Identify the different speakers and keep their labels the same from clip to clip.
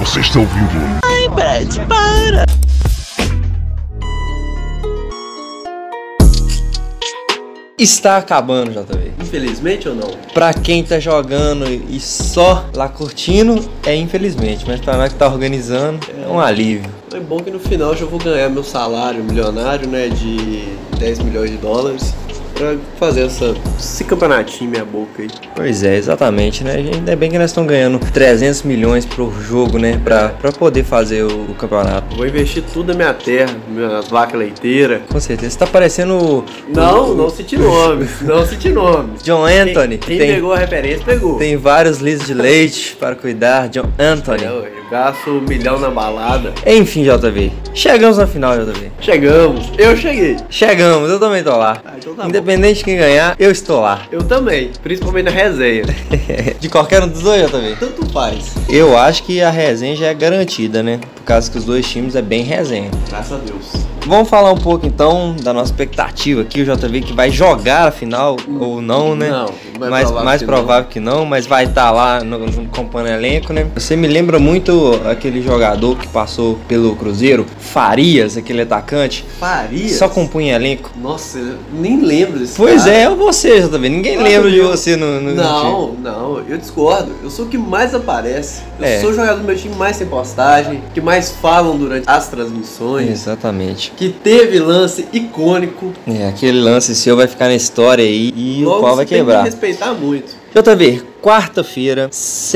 Speaker 1: Você está ouvindo?
Speaker 2: Ai, Brad, para!
Speaker 3: Está acabando, JV.
Speaker 4: Infelizmente ou não?
Speaker 3: Pra quem tá jogando e só lá curtindo, é infelizmente. Mas pra nós que tá organizando, é um alívio.
Speaker 4: É bom que no final eu já vou ganhar meu salário milionário, né? De 10 milhões de dólares. Pra fazer essa, esse campeonatinho minha boca aí.
Speaker 3: Pois é, exatamente, né? Gente, Ainda bem que nós estamos ganhando 300 milhões pro jogo, né? Pra, pra poder fazer o, o campeonato.
Speaker 4: Vou investir tudo na minha terra, minhas vacas leiteiras.
Speaker 3: Com certeza. Você tá parecendo o
Speaker 4: Não, não cite nomes, não cite nomes.
Speaker 3: John Anthony.
Speaker 4: Quem, quem
Speaker 3: Uhum. tem,
Speaker 4: pegou a referência, pegou.
Speaker 3: tem vários litros de leite para cuidar. John Anthony.
Speaker 4: Eu, eu gasto um milhão na balada.
Speaker 3: Enfim, JV. Chegamos na final, JV.
Speaker 4: Chegamos, eu cheguei.
Speaker 3: Chegamos, eu também tô lá.
Speaker 4: Ah, então tá bom.
Speaker 3: Independente de quem ganhar, eu estou lá.
Speaker 4: Eu também, principalmente na resenha.
Speaker 3: De qualquer um dos dois, JV.
Speaker 4: Tanto faz.
Speaker 3: Eu acho que a resenha já é garantida, né? Por causa que os dois times é bem resenha.
Speaker 4: Graças a Deus.
Speaker 3: Vamos falar um pouco então da nossa expectativa aqui, o JV que vai jogar a final ou não, né?
Speaker 4: Não, mais
Speaker 3: mais,
Speaker 4: provável
Speaker 3: mais
Speaker 4: que
Speaker 3: provável que não, mas vai estar lá no, no acompanhando o elenco, né? Você me lembra muito aquele jogador que passou pelo Cruzeiro, Farias, aquele atacante,
Speaker 4: Faria.
Speaker 3: só compunha elenco.
Speaker 4: Nossa, eu nem lembro desse
Speaker 3: Pois
Speaker 4: cara.
Speaker 3: é, eu você, JV. Ninguém
Speaker 4: Claro
Speaker 3: lembra
Speaker 4: que
Speaker 3: de
Speaker 4: eu-
Speaker 3: você no, no no time.
Speaker 4: Não, não, eu discordo. Eu sou o que mais aparece. Eu
Speaker 3: É.
Speaker 4: sou o jogador do meu time mais sem postagem, que mais falam durante as transmissões,
Speaker 3: Exatamente.
Speaker 4: que teve lance icônico.
Speaker 3: É, aquele lance seu vai ficar na história aí e o
Speaker 4: Logo,
Speaker 3: pau
Speaker 4: você
Speaker 3: vai
Speaker 4: tem que
Speaker 3: quebrar.
Speaker 4: respeitar muito.
Speaker 3: JV, quarta-feira,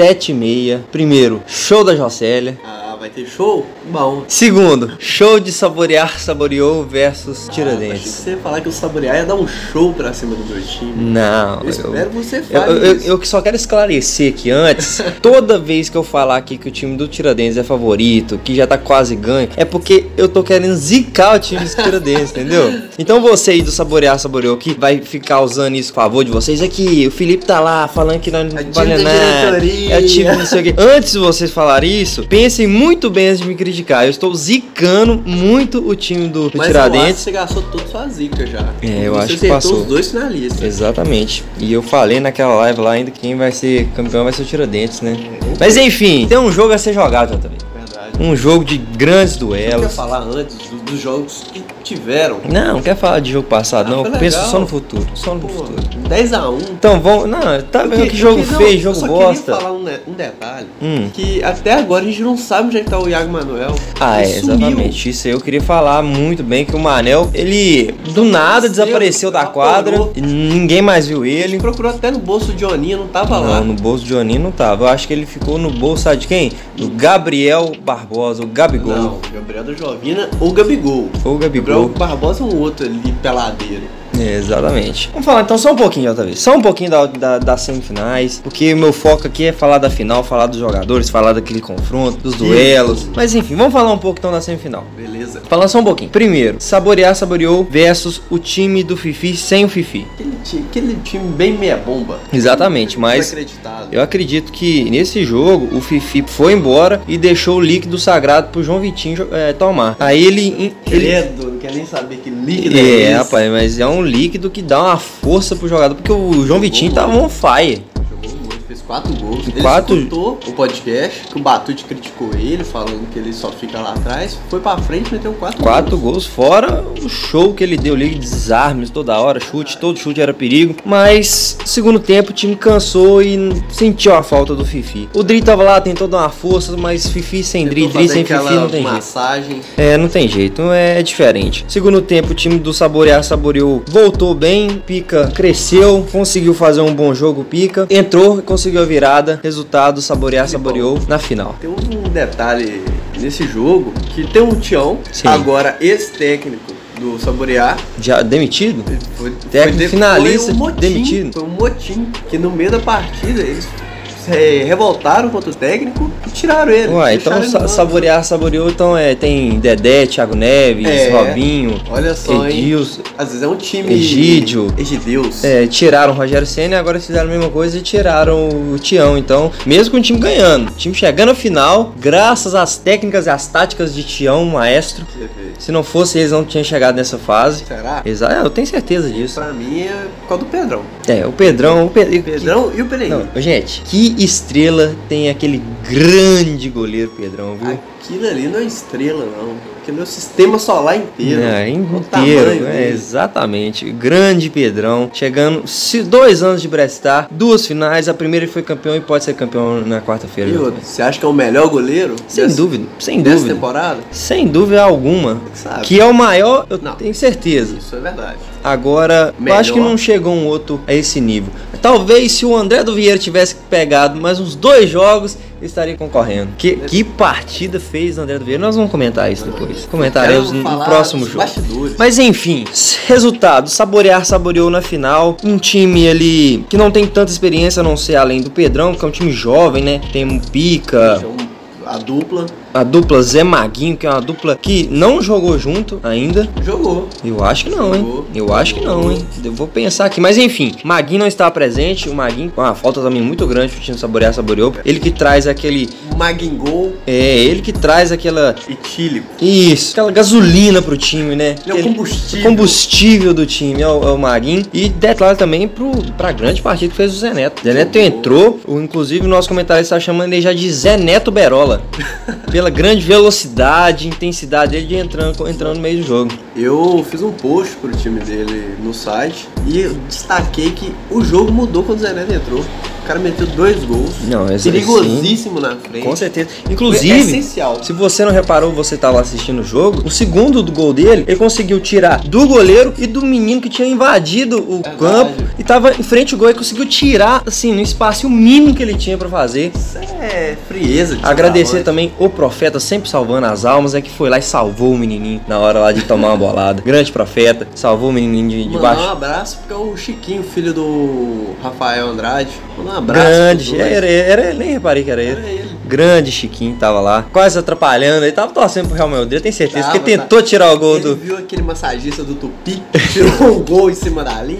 Speaker 3: 7h30. Primeiro, show da Jocélia.
Speaker 4: Ah, vai ter show? Bom.
Speaker 3: Segundo, show de saborear saboreou versus
Speaker 4: Ah, achei que
Speaker 3: Tiradentes.
Speaker 4: você ia falar que o Saborear ia dar um show pra cima do meu time.
Speaker 3: Não,
Speaker 4: Eu
Speaker 3: eu.
Speaker 4: espero que você
Speaker 3: Eu,
Speaker 4: fale
Speaker 3: eu- eu-
Speaker 4: isso.
Speaker 3: eu só quero esclarecer que antes, toda vez que eu falar aqui que o time do Tiradentes é favorito, que já tá quase ganho, é porque eu tô querendo zicar o time do Tiradentes, entendeu? Então você aí do Saborear Saboreou que vai ficar usando isso a favor de vocês, é que o Felipe tá lá falando que nós
Speaker 4: É o
Speaker 3: não
Speaker 4: time
Speaker 3: vale
Speaker 4: da
Speaker 3: nada.
Speaker 4: diretoria.
Speaker 3: É o time não sei o quê. Antes de vocês falarem isso, pensem muito bem antes de me criticar. Eu estou zicando muito o time do, do
Speaker 4: Mas é eu acho que
Speaker 3: Tiradentes.
Speaker 4: você gastou toda a sua zica já.
Speaker 3: É, eu
Speaker 4: você
Speaker 3: acho que
Speaker 4: acertou
Speaker 3: passou.
Speaker 4: os dois finalistas.
Speaker 3: Exatamente. E eu falei naquela live lá ainda que quem vai ser campeão vai ser o Tiradentes, né? Mas enfim, tem um jogo a ser jogado também.
Speaker 4: É, Verdade.
Speaker 3: Um jogo de grandes
Speaker 4: Eu quero
Speaker 3: duelos.
Speaker 4: falar antes do- dos jogos que tiveram.
Speaker 3: Não, não quer falar de jogo passado,
Speaker 4: Ah,
Speaker 3: não.
Speaker 4: foi
Speaker 3: Eu penso
Speaker 4: legal.
Speaker 3: só no futuro. Só no
Speaker 4: Pô,
Speaker 3: futuro.
Speaker 4: 10x1.
Speaker 3: Então vamos. Não, tá vendo que jogo feio, jogo
Speaker 4: Eu só queria
Speaker 3: bosta.
Speaker 4: falar um, ne- um detalhe.
Speaker 3: Hum.
Speaker 4: Que até agora a gente não sabe onde é que tá o Iago Manuel.
Speaker 3: Ah,
Speaker 4: Ele
Speaker 3: é,
Speaker 4: sumiu.
Speaker 3: exatamente. Isso aí eu queria falar muito bem que o Manel, ele do nada desapareceu da quadra,
Speaker 4: evaporou.
Speaker 3: e ninguém mais viu
Speaker 4: A gente
Speaker 3: ele.
Speaker 4: procurou até no bolso de Oninha, não tava lá.
Speaker 3: Não, no bolso de Johnny não tava. Eu acho que ele ficou no bolso, sabe de quem? Do Gabriel Barbosa, o Gabigol.
Speaker 4: Não, Gabriel da Jovina ou Gabigol.
Speaker 3: Ou o
Speaker 4: Gabriel
Speaker 3: Gabigol.
Speaker 4: Barbosa é um outro ali peladeiro.
Speaker 3: É, exatamente. Vamos falar então só um pouquinho, JV. Só um pouquinho da, da- das semifinais. Porque o meu foco aqui é falar da final, falar dos jogadores, falar daquele confronto, dos duelos. Mas enfim, vamos falar um pouco então da semifinal.
Speaker 4: Beleza.
Speaker 3: Falar só um pouquinho. Primeiro, Saborear Saboreou versus o time do Fifi sem o Fifi.
Speaker 4: Aquele time, aquele time bem meia-bomba.
Speaker 3: Exatamente, mas
Speaker 4: Desacreditado.
Speaker 3: eu acredito que nesse jogo o Fifi foi embora e deixou o líquido sagrado pro João Vitinho jo- é, tomar. Aí ele. ele
Speaker 4: Credo, é não quer nem saber que líquido
Speaker 3: é,
Speaker 4: esse.
Speaker 3: rapaz, mas é um líquido que dá uma força pro jogador, porque o João Vitinho tava on fire.
Speaker 4: Jogou muito, fez quatro gols. Ele
Speaker 3: Quatro?
Speaker 4: escutou o podcast, que o Batute criticou ele, falando que ele só fica lá atrás. Foi pra frente e meteu quatro,
Speaker 3: Quatro gols, fora o show que ele deu ali, desarmes toda hora, chute, todo chute era perigo. Mas, segundo tempo, o time cansou e sentiu a falta do Fifi. O Dri tava lá, tentou dar uma força, mas Fifi sem
Speaker 4: Tentou
Speaker 3: Dri, Dri
Speaker 4: fazer
Speaker 3: sem Fifi
Speaker 4: aquela
Speaker 3: não tem jeito.
Speaker 4: massagem.
Speaker 3: É, não tem jeito, é diferente. Segundo tempo, o time do Saborear Saboreou voltou bem, Pica cresceu, conseguiu fazer um bom jogo, Pica, entrou, conseguiu a virada, resultado, Saborear Saboreou na final.
Speaker 4: Tem um detalhe nesse jogo, que tem um Tião,
Speaker 3: Sim.
Speaker 4: agora ex-técnico do Saborear,
Speaker 3: Já demitido?
Speaker 4: ele foi,
Speaker 3: Técnico
Speaker 4: de-
Speaker 3: finalista
Speaker 4: foi um motim,
Speaker 3: demitido.
Speaker 4: Foi um motim, que no meio da partida eles se revoltaram contra o técnico e tiraram ele.
Speaker 3: Ué,
Speaker 4: deixaram
Speaker 3: então
Speaker 4: ele
Speaker 3: sa-
Speaker 4: no banco.
Speaker 3: Saborear Saboreou, então é, tem Dedé, Thiago Neves,
Speaker 4: É.
Speaker 3: Robinho,
Speaker 4: Olha só, hein?
Speaker 3: Edilson.
Speaker 4: Às vezes é um time.
Speaker 3: Egídio.
Speaker 4: Egideus.
Speaker 3: É, tiraram o Rogério Senna e agora fizeram a mesma coisa e tiraram o Tião. Então, mesmo com o time ganhando, o time chegando à final, graças às técnicas e às táticas de Tião, maestro,
Speaker 4: Você vê.
Speaker 3: Se não fosse eles, não tinha chegado nessa fase.
Speaker 4: Será?
Speaker 3: Exa é, eu tenho certeza disso.
Speaker 4: Pra mim é por causa do Pedrão.
Speaker 3: É, o Pedrão. O Pe-
Speaker 4: Pedrão e o Pereirinho.
Speaker 3: Não, gente, que estrela tem aquele grande goleiro Pedrão, viu?
Speaker 4: Aquilo ali não é estrela, não. Aquilo é o sistema solar inteiro.
Speaker 3: É,
Speaker 4: O
Speaker 3: inteiro,
Speaker 4: tamanho
Speaker 3: é,
Speaker 4: dele.
Speaker 3: exatamente. Grande Pedrão, chegando se- dois anos de Brestar, duas finais. A primeira ele foi campeão e pode ser campeão na quarta-feira.
Speaker 4: E
Speaker 3: já.
Speaker 4: outro, você acha que é o melhor goleiro?
Speaker 3: Sem
Speaker 4: dessa-
Speaker 3: dúvida, sem
Speaker 4: Dessa
Speaker 3: dúvida.
Speaker 4: temporada?
Speaker 3: Sem dúvida alguma.
Speaker 4: Sabe?
Speaker 3: Que é o maior, eu
Speaker 4: Não.
Speaker 3: tenho certeza.
Speaker 4: Isso é verdade.
Speaker 3: Agora, eu
Speaker 4: Melhor.
Speaker 3: acho que não chegou um outro a esse nível. Talvez se o André do Vieira tivesse pegado mais uns dois jogos, ele estaria concorrendo. Que, que partida fez o André do Vieira? Nós vamos comentar isso depois. Comentaremos
Speaker 4: Quero
Speaker 3: Tá, no no
Speaker 4: falar
Speaker 3: próximo
Speaker 4: dos
Speaker 3: jogo.
Speaker 4: Bastidores.
Speaker 3: Mas enfim, resultado: Saborear saboreou na final. Um time ali que não tem tanta experiência, a não ser além do Pedrão, que é um time jovem, né? Tem um Pica,
Speaker 4: Então, A dupla
Speaker 3: a dupla Zé Maguinho, que é uma dupla que não jogou junto ainda.
Speaker 4: jogou.
Speaker 3: Eu acho que não, hein?
Speaker 4: Jogou.
Speaker 3: Eu acho que não, hein? Eu vou pensar aqui. Mas enfim, Maguinho não está presente. O Maguinho com uma falta também muito grande pro time saborear, saboreou. Ele que traz aquele.
Speaker 4: Magingol
Speaker 3: É, ele que traz aquela.
Speaker 4: etílico.
Speaker 3: Isso, aquela gasolina pro time, né?
Speaker 4: Ele é o
Speaker 3: Aquele-
Speaker 4: combustível.
Speaker 3: combustível do time, é o, é o Marinho. E detalhe também pro, pra grande partida que fez o Zé Neto. Zé Neto entrou, o, inclusive o nosso comentarista tá chamando ele já de Zé Neto Berola. pela grande velocidade, intensidade dele de entrando, entrando no meio do jogo.
Speaker 4: Eu fiz um post pro time dele no site e eu destaquei que o jogo mudou quando o Zé Neto entrou. O cara meteu dois gols.
Speaker 3: Não, esse-
Speaker 4: Perigosíssimo na frente.
Speaker 3: Com certeza.
Speaker 4: É
Speaker 3: Inclusive,
Speaker 4: essencial.
Speaker 3: se você não reparou, você tava assistindo o jogo, o segundo do gol dele, ele conseguiu tirar do goleiro e do menino que tinha invadido o
Speaker 4: É Verdade.
Speaker 3: campo e tava em frente ao gol e conseguiu tirar, assim, no espaço o mínimo que ele tinha pra fazer.
Speaker 4: Isso é frieza. de
Speaker 3: Agradecer
Speaker 4: centroavante.
Speaker 3: também o profeta, sempre salvando as almas, é que foi lá e salvou o menininho na hora lá de tomar uma bolada. Grande profeta, salvou o menininho de, de
Speaker 4: Mandar um
Speaker 3: baixo.
Speaker 4: abraço porque é o Chiquinho, filho do Rafael Andrade. Mandar um abraço. pros
Speaker 3: Grande, é
Speaker 4: dois.
Speaker 3: era, era, nem reparei que era ele.
Speaker 4: Era ele.
Speaker 3: Grande Chiquinho tava lá, quase atrapalhando, ele tava torcendo pro Real Madrid, eu tenho certeza,
Speaker 4: Tava,
Speaker 3: porque tentou tirar o gol
Speaker 4: Ele
Speaker 3: do...
Speaker 4: viu aquele massagista do Tupi, tirou um gol em cima da linha.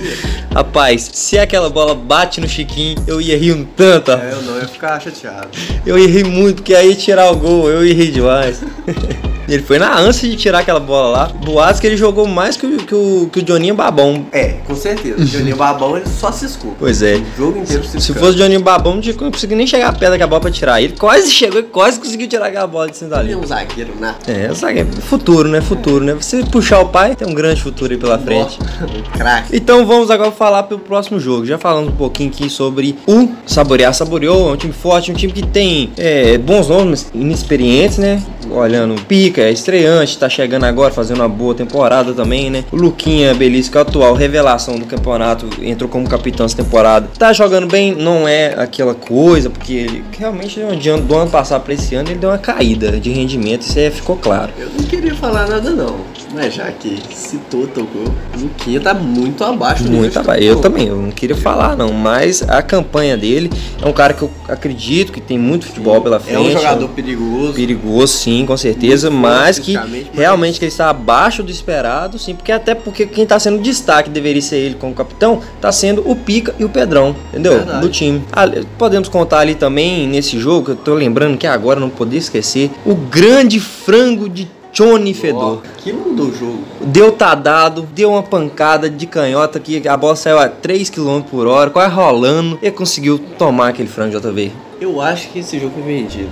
Speaker 3: Rapaz, se aquela bola bate no Chiquinho, eu ia rir um tanto, ó.
Speaker 4: É, eu não ia ficar chateado.
Speaker 3: eu ia rir muito, porque aí tirar o gol, eu ia rir demais. ele foi na ânsia de tirar aquela bola lá, boatos que ele jogou mais que o, que o, que o Johninho Babão.
Speaker 4: É, com certeza. O Juninho Babão ele só se escuta.
Speaker 3: Pois é.
Speaker 4: O jogo inteiro se,
Speaker 3: Se
Speaker 4: escuta.
Speaker 3: fosse o Johninho Babão, não tinha conseguido nem chegar perto daquela bola pra tirar. Ele quase chegou e quase conseguiu tirar aquela bola de cima da
Speaker 4: Ele é
Speaker 3: linha.
Speaker 4: um zagueiro nato.
Speaker 3: É, sabe, é futuro, né? Futuro, né? Você puxar o pai, tem um grande futuro aí pela frente.
Speaker 4: Um Craque.
Speaker 3: Então vamos agora falar pro próximo jogo. Já falamos um pouquinho aqui sobre o Saborear Saboreou, é um time forte, um time que tem é, bons nomes, inexperientes, né? Olhando, pica, é estreante, tá chegando agora, fazendo uma boa temporada também, né? O Luquinha Belisco, que é o atual revelação do campeonato, entrou como capitão essa temporada. Tá jogando bem, não é aquela coisa, porque ele realmente de ano- do ano passado pra esse ano ele deu uma caída de rendimento, isso aí ficou claro.
Speaker 4: Eu não queria falar nada não, mas já que citou tocou, o Luquinha tá muito abaixo do
Speaker 3: Muito
Speaker 4: nível
Speaker 3: abaixo.
Speaker 4: de
Speaker 3: Eu
Speaker 4: Tocou.
Speaker 3: também, eu não queria falar não, mas a campanha dele é um cara que eu acredito que tem muito futebol pela frente.
Speaker 4: É um jogador
Speaker 3: é um
Speaker 4: perigoso.
Speaker 3: perigoso, sim, com certeza,
Speaker 4: Muito
Speaker 3: mas
Speaker 4: forte
Speaker 3: que
Speaker 4: fisicamente, mas-
Speaker 3: realmente que ele está abaixo do esperado, sim, porque até porque quem está sendo destaque deveria ser ele como capitão, está sendo o Pica e o Pedrão, entendeu?
Speaker 4: Verdade.
Speaker 3: Do time. Ali- podemos contar ali também nesse jogo, que eu tô lembrando que agora não poder esquecer, o grande frango de Johnny Fedor.
Speaker 4: Ó, é Que mudou o jogo.
Speaker 3: Deu tadado, deu uma pancada de canhota que a bola saiu a 3 km por hora, quase rolando, e conseguiu tomar aquele frango JV.
Speaker 4: Eu acho que esse jogo foi vendido.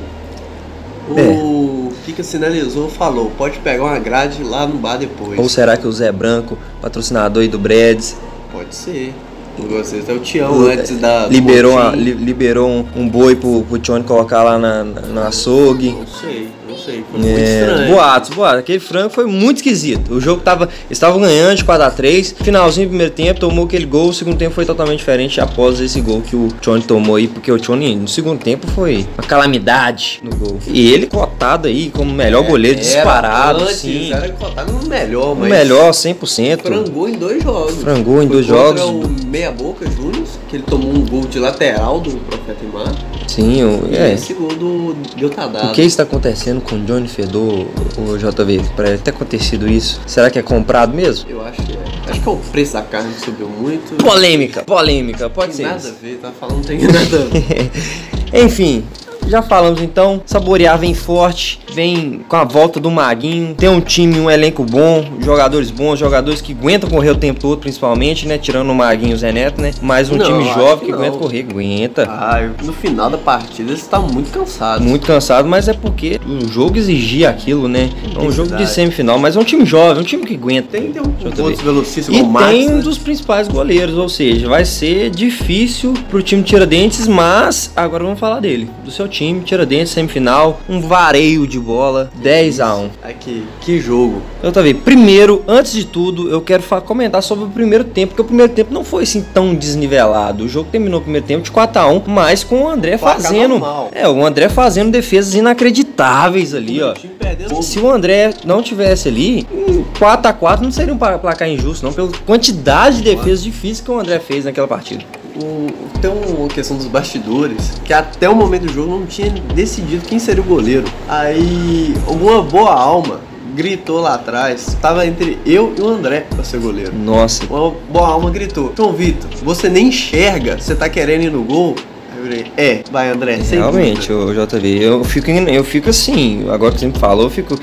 Speaker 3: É.
Speaker 4: O Kika sinalizou, falou, pode pegar uma grade lá no bar depois.
Speaker 3: Ou será que o Zé Branco, patrocinador aí do Breads,
Speaker 4: Pode ser. Vocês é o Tião antes da. do
Speaker 3: liberou, a-
Speaker 4: motim.
Speaker 3: li- liberou um, um boi pro, pro Johnny colocar lá na, na, no açougue?
Speaker 4: Não sei, não sei. Foi muito
Speaker 3: É,
Speaker 4: estranho.
Speaker 3: boatos, boatos. Aquele frango foi muito esquisito. O jogo tava. Eles estavam ganhando de 4x3. Finalzinho do primeiro tempo, tomou aquele gol. O segundo tempo foi totalmente diferente após esse gol que o Tony tomou aí. Porque o Tony, no segundo tempo, foi uma calamidade no gol. E ele cotado aí como o melhor goleiro
Speaker 4: É, Era
Speaker 3: disparado,
Speaker 4: antes,
Speaker 3: sim.
Speaker 4: Era cotado no melhor,
Speaker 3: O
Speaker 4: mas.
Speaker 3: melhor, 100%.
Speaker 4: Frangou em dois jogos.
Speaker 3: Frangou em
Speaker 4: Foi
Speaker 3: dois
Speaker 4: contra
Speaker 3: jogos.
Speaker 4: o Meia Boca Júnior, que ele tomou um gol de lateral do Profeta Imar.
Speaker 3: Sim, o-
Speaker 4: E
Speaker 3: é.
Speaker 4: esse gol do Deltadado.
Speaker 3: O que está acontecendo com o Johnny Fedor, o JV? Pra ele ter acontecido isso, será que é comprado mesmo?
Speaker 4: Eu acho que é. Acho que é o preço da carne que subiu muito.
Speaker 3: Polêmica, polêmica, pode ser.
Speaker 4: tem nada
Speaker 3: isso.
Speaker 4: a ver, tá falando não tem nada a ver.
Speaker 3: Enfim, Já falamos então, saborear vem forte, vem com a volta do Maguinho, tem um time, um elenco bom, jogadores bons, jogadores que aguentam correr o tempo todo, principalmente, né? Tirando o Maguinho e o Zé Neto, né? Mas um
Speaker 4: Não,
Speaker 3: time
Speaker 4: acho
Speaker 3: jovem
Speaker 4: que
Speaker 3: que
Speaker 4: não.
Speaker 3: aguenta correr, aguenta.
Speaker 4: Ah, no final da partida você tá muito cansado.
Speaker 3: Muito cansado, mas é porque o jogo exigia aquilo, né? É um jogo de
Speaker 4: Intensidade.
Speaker 3: semifinal, mas é um time jovem, um time que aguenta.
Speaker 4: Tem, tem
Speaker 3: Deixa eu
Speaker 4: um
Speaker 3: ver.
Speaker 4: ponto velocíssimo
Speaker 3: E
Speaker 4: o Max,
Speaker 3: tem um
Speaker 4: né?
Speaker 3: dos principais goleiros, ou seja, vai ser difícil pro time Tiradentes, mas agora vamos falar dele, do seu time Tiradentes semifinal, um vareio de bola, 10 a 1.
Speaker 4: Aqui, que jogo.
Speaker 3: Eu tá vendo. Primeiro, antes de tudo, eu quero fa- comentar sobre o primeiro tempo, porque o primeiro tempo não foi assim tão desnivelado. O jogo terminou o primeiro tempo de 4 a 1, mas com o André
Speaker 4: Placar
Speaker 3: fazendo,
Speaker 4: normal.
Speaker 3: é, o André fazendo defesas inacreditáveis ali, ó.
Speaker 4: O time perdeu.
Speaker 3: Se o André não tivesse ali, um 4x4 não seria um pla- placar injusto, não, pela quantidade de defesas difíceis que o André fez naquela partida.
Speaker 4: O- Tem uma questão dos bastidores, que até o momento do jogo não tinha decidido quem seria o goleiro. Aí, uma boa alma gritou lá atrás, tava entre eu e o André pra ser goleiro.
Speaker 3: Nossa.
Speaker 4: Uma boa alma gritou: Tom Vitor, você nem enxerga, você tá querendo ir no gol? Aí eu falei: É, vai André, sem
Speaker 3: Realmente,
Speaker 4: dúvida."
Speaker 3: o JV, eu fico, em- eu fico assim, agora que você me falou, eu fico.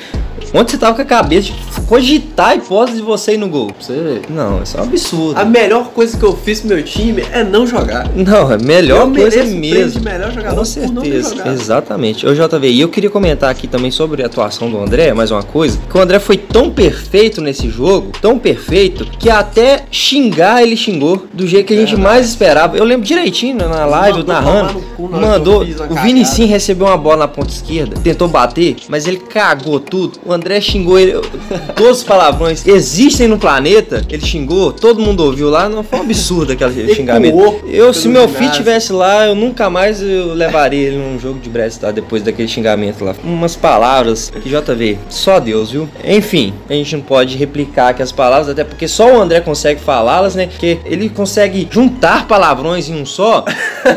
Speaker 3: Onde você tava com a cabeça de cogitar a hipótese de você ir no gol?
Speaker 4: Pra você ver.
Speaker 3: Não, isso é um absurdo.
Speaker 4: A melhor coisa que eu fiz pro meu time é não jogar.
Speaker 3: Não, é a melhor
Speaker 4: eu mereço
Speaker 3: coisa
Speaker 4: o prêmio
Speaker 3: mesmo.
Speaker 4: de melhor jogador
Speaker 3: Com
Speaker 4: por não ter
Speaker 3: certeza,
Speaker 4: jogado.
Speaker 3: exatamente. Ô JV, e eu queria comentar aqui também sobre a atuação do André, mais uma coisa, que o André foi tão perfeito nesse jogo, tão perfeito, que até xingar ele xingou, do jeito que a gente mais esperava. Eu lembro direitinho né, na live, eu
Speaker 4: mandou tomar
Speaker 3: narrando,
Speaker 4: no cu na hora que eu
Speaker 3: mandou,
Speaker 4: fiz uma
Speaker 3: o
Speaker 4: cagada.
Speaker 3: Vinicinho recebeu uma bola na ponta esquerda, tentou bater, mas ele cagou tudo, o André xingou ele, eu- todos os palavrões que existem no planeta, ele xingou, todo mundo ouviu lá, não foi um absurdo aquele
Speaker 4: Ecoou
Speaker 3: xingamento. Eu,
Speaker 4: pelo
Speaker 3: se meu filho
Speaker 4: ginásio.
Speaker 3: tivesse estivesse lá, eu nunca mais eu levaria ele num jogo de Brest depois daquele xingamento lá. Umas palavras que JV, só Deus, viu? Enfim, a gente não pode replicar aqui as palavras, até porque só o André consegue falá-las, né? Porque ele consegue juntar palavrões em um só,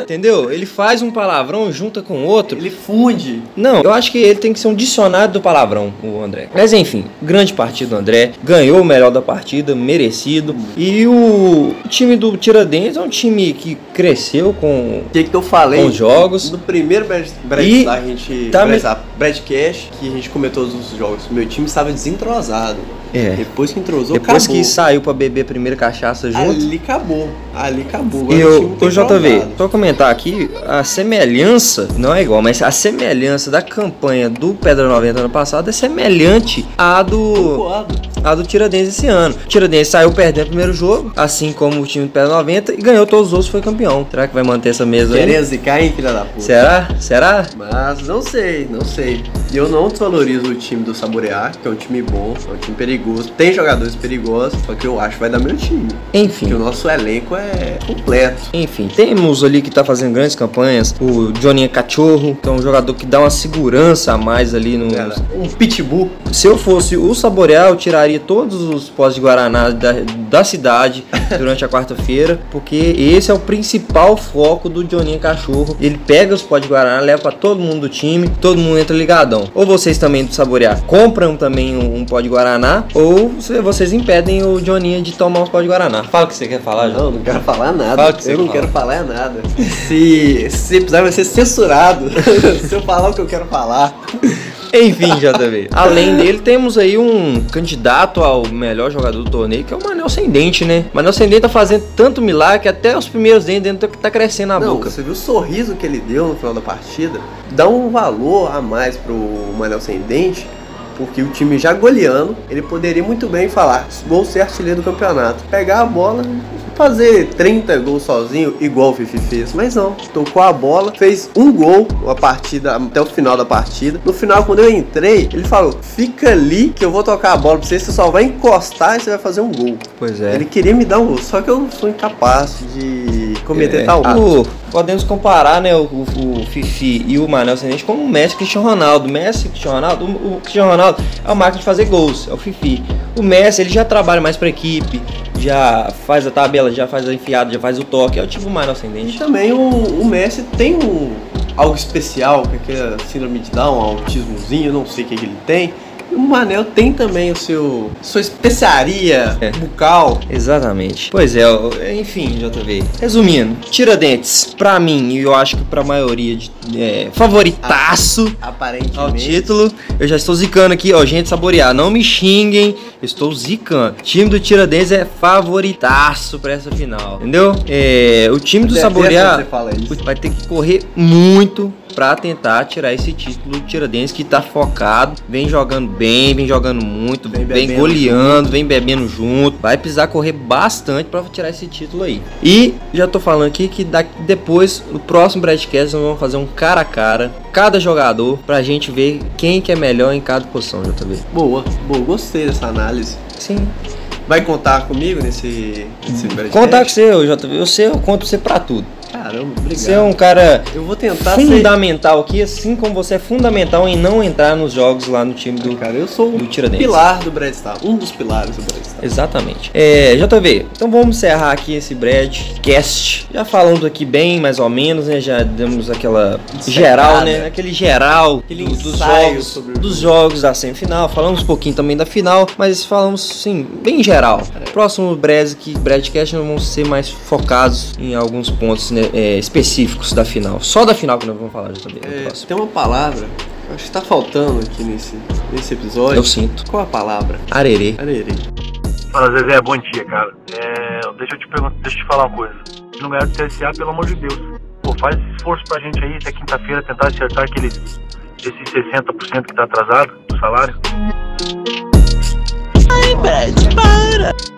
Speaker 3: entendeu? Ele faz um palavrão, junta com outro.
Speaker 4: Ele funde.
Speaker 3: Não, eu acho que ele tem que ser um dicionário do palavrão, o André. Mas enfim, grande partida do André, ganhou o melhor da partida, merecido. E o time do Tiradentes é um time que cresceu com
Speaker 4: O que, que eu falei?
Speaker 3: Com os jogos.
Speaker 4: No primeiro Brad, Brad,
Speaker 3: E
Speaker 4: a gente.
Speaker 3: tá me-
Speaker 4: Brad- Bradcast, que a gente comentou os jogos. Meu time estava desentrosado.
Speaker 3: É.
Speaker 4: Depois que entrosou,
Speaker 3: Depois
Speaker 4: acabou.
Speaker 3: que saiu pra beber a primeira cachaça junto.
Speaker 4: Ali acabou. Ali acabou. Agora
Speaker 3: E
Speaker 4: o
Speaker 3: eu,
Speaker 4: time
Speaker 3: o
Speaker 4: tá
Speaker 3: JV,
Speaker 4: entrosado.
Speaker 3: só comentar aqui, a semelhança, não é igual, mas a semelhança da campanha do Pedra 90 ano passado é semelhante à do,
Speaker 4: Voado.
Speaker 3: à do Tiradentes esse ano. O Tiradentes saiu perdendo o primeiro jogo, assim como o time do Pedra 90, e ganhou todos os outros, foi campeão. Será que vai manter essa mesa aí?
Speaker 4: Querendo zicar, hein, filha da puta?
Speaker 3: Será? Será?
Speaker 4: Mas não sei, não sei. E eu não desvalorizo o time do Saborear, que é um time bom, é um time perigoso. Tem jogadores perigosos, só que eu acho que vai dar meu time.
Speaker 3: Enfim.
Speaker 4: Porque o nosso elenco é completo.
Speaker 3: Enfim, temos ali que tá fazendo grandes campanhas, o Johnny Cachorro, que é um jogador que dá uma segurança a mais ali no,
Speaker 4: Cara, um pitbull.
Speaker 3: Se eu fosse o Saboreal, eu tiraria todos os pós de Guaraná da, da cidade durante a quarta-feira, porque esse é o principal foco do Johninho Cachorro. Ele pega os pós de Guaraná, leva pra todo mundo do time, todo mundo entra ligadão. Ou vocês também do Saborear compram também um, um pó de Guaraná, ou se- vocês impedem o Johninho de tomar os pós de Guaraná. Fala o que você quer falar, João.
Speaker 4: Não, não quero falar nada.
Speaker 3: Fala o que você
Speaker 4: eu não
Speaker 3: fala.
Speaker 4: quero falar nada. Se esse episódio vai ser censurado, se eu falar o que eu quero falar.
Speaker 3: Enfim, JV. Além dele, temos aí um candidato ao melhor jogador do torneio, que é o Manel Sem Dente, né? Manel Sem Dente tá fazendo tanto milagre que até os primeiros dentes dentro tá crescendo na
Speaker 4: não,
Speaker 3: boca.
Speaker 4: você viu o sorriso que ele deu no final da partida? Dá um valor a mais pro Manel Sem Dente, porque o time já goleando, ele poderia muito bem falar, vou ser artilheiro do campeonato. Pegar a bola e fazer 30 gols sozinho, igual o Fifi fez. Mas não, tocou a bola, fez um gol a partida até o final da partida. No final, quando eu entrei, ele falou, fica ali que eu vou tocar a bola pra você, você só vai encostar e você vai fazer um gol.
Speaker 3: Pois é.
Speaker 4: Ele queria me dar um gol, só que eu sou incapaz de cometer
Speaker 3: É,
Speaker 4: tal gol.
Speaker 3: o- podemos comparar, né, o, o- o Fifi e o Manel Sem Dente com o Messi e o Cristiano Ronaldo. O Messi e o Cristiano Ronaldo, o, o Cristiano Ronaldo é a máquina de fazer gols, é o Fifi. O Messi, ele já trabalha mais pra equipe, já faz a tabela, já faz a enfiada, já faz o toque, é o tipo Manel Sem
Speaker 4: E
Speaker 3: Dente.
Speaker 4: também o, o Messi tem um, algo especial, que é aquela síndrome de Down, um autismozinho, eu não sei o que, que ele tem. E O Manel tem também o seu sua especiaria
Speaker 3: É.
Speaker 4: bucal.
Speaker 3: Exatamente. Pois é, ó, enfim, JV. Resumindo, Tiradentes, pra mim, e eu acho que pra maioria, de, é, favoritaço
Speaker 4: Aparentemente.
Speaker 3: ao título. Eu já estou zicando aqui, ó, gente, saborear. Não me xinguem, eu estou zicando. O time do Tiradentes é favoritaço pra essa final, entendeu? É, o time do
Speaker 4: Detesto
Speaker 3: saborear...
Speaker 4: Você fala isso.
Speaker 3: Putz, vai ter que correr muito pra tentar tirar esse título do Tiradentes que tá focado, vem jogando bem, vem jogando muito,
Speaker 4: Vem
Speaker 3: vem,
Speaker 4: bebendo
Speaker 3: goleando, vem bebendo junto. Vai precisar correr bastante pra tirar esse título aí. E já tô falando aqui que daqui, depois, no próximo broadcast, nós vamos fazer um cara a cara, cada jogador, pra gente ver quem que é melhor em cada posição, JB.
Speaker 4: Boa, boa, gostei dessa análise.
Speaker 3: Sim.
Speaker 4: Vai contar comigo nesse,
Speaker 3: Hum.
Speaker 4: nesse podcast?
Speaker 3: Contar com você, ô, JB. Eu sei, eu conto com você pra tudo.
Speaker 4: Caramba, obrigado.
Speaker 3: Você é um cara
Speaker 4: Eu vou
Speaker 3: Tá
Speaker 4: tentar ser.
Speaker 3: fundamental aqui, assim como você é fundamental em não entrar nos jogos lá no time do.
Speaker 4: Cara, eu sou um
Speaker 3: Do Tiradentes.
Speaker 4: pilar do Brad Star. Um dos pilares do Brad Star.
Speaker 3: Exatamente. É, JV, então vamos encerrar aqui esse Bradcast. Já falando aqui bem, mais ou menos, né? Já demos aquela geral, né? Aquele geral aquele
Speaker 4: Do-
Speaker 3: dos
Speaker 4: ensaio
Speaker 3: jogos,
Speaker 4: sobre o-
Speaker 3: dos jogos da semifinal. Falamos um pouquinho também da final, mas falamos, sim, bem geral. Próximo Bradcast, Bradcast nós vamos ser mais focados em alguns pontos né, é, específicos da final. Só da final que nós vamos falar, JV. no
Speaker 4: É,
Speaker 3: próximo.
Speaker 4: tem uma palavra que eu acho que tá faltando aqui nesse, nesse episódio.
Speaker 3: Eu sinto.
Speaker 4: Qual a palavra?
Speaker 3: Arerê.
Speaker 4: Arerê.
Speaker 1: Fala, Zezé, bom dia, cara. É, deixa, eu te perguntar, deixa eu te falar uma coisa. Se não ganhar do CSA, pelo amor de Deus. Pô, faz esse esforço pra gente aí até quinta-feira tentar acertar aquele, esses 60% que tá atrasado do salário.
Speaker 2: Brad, para!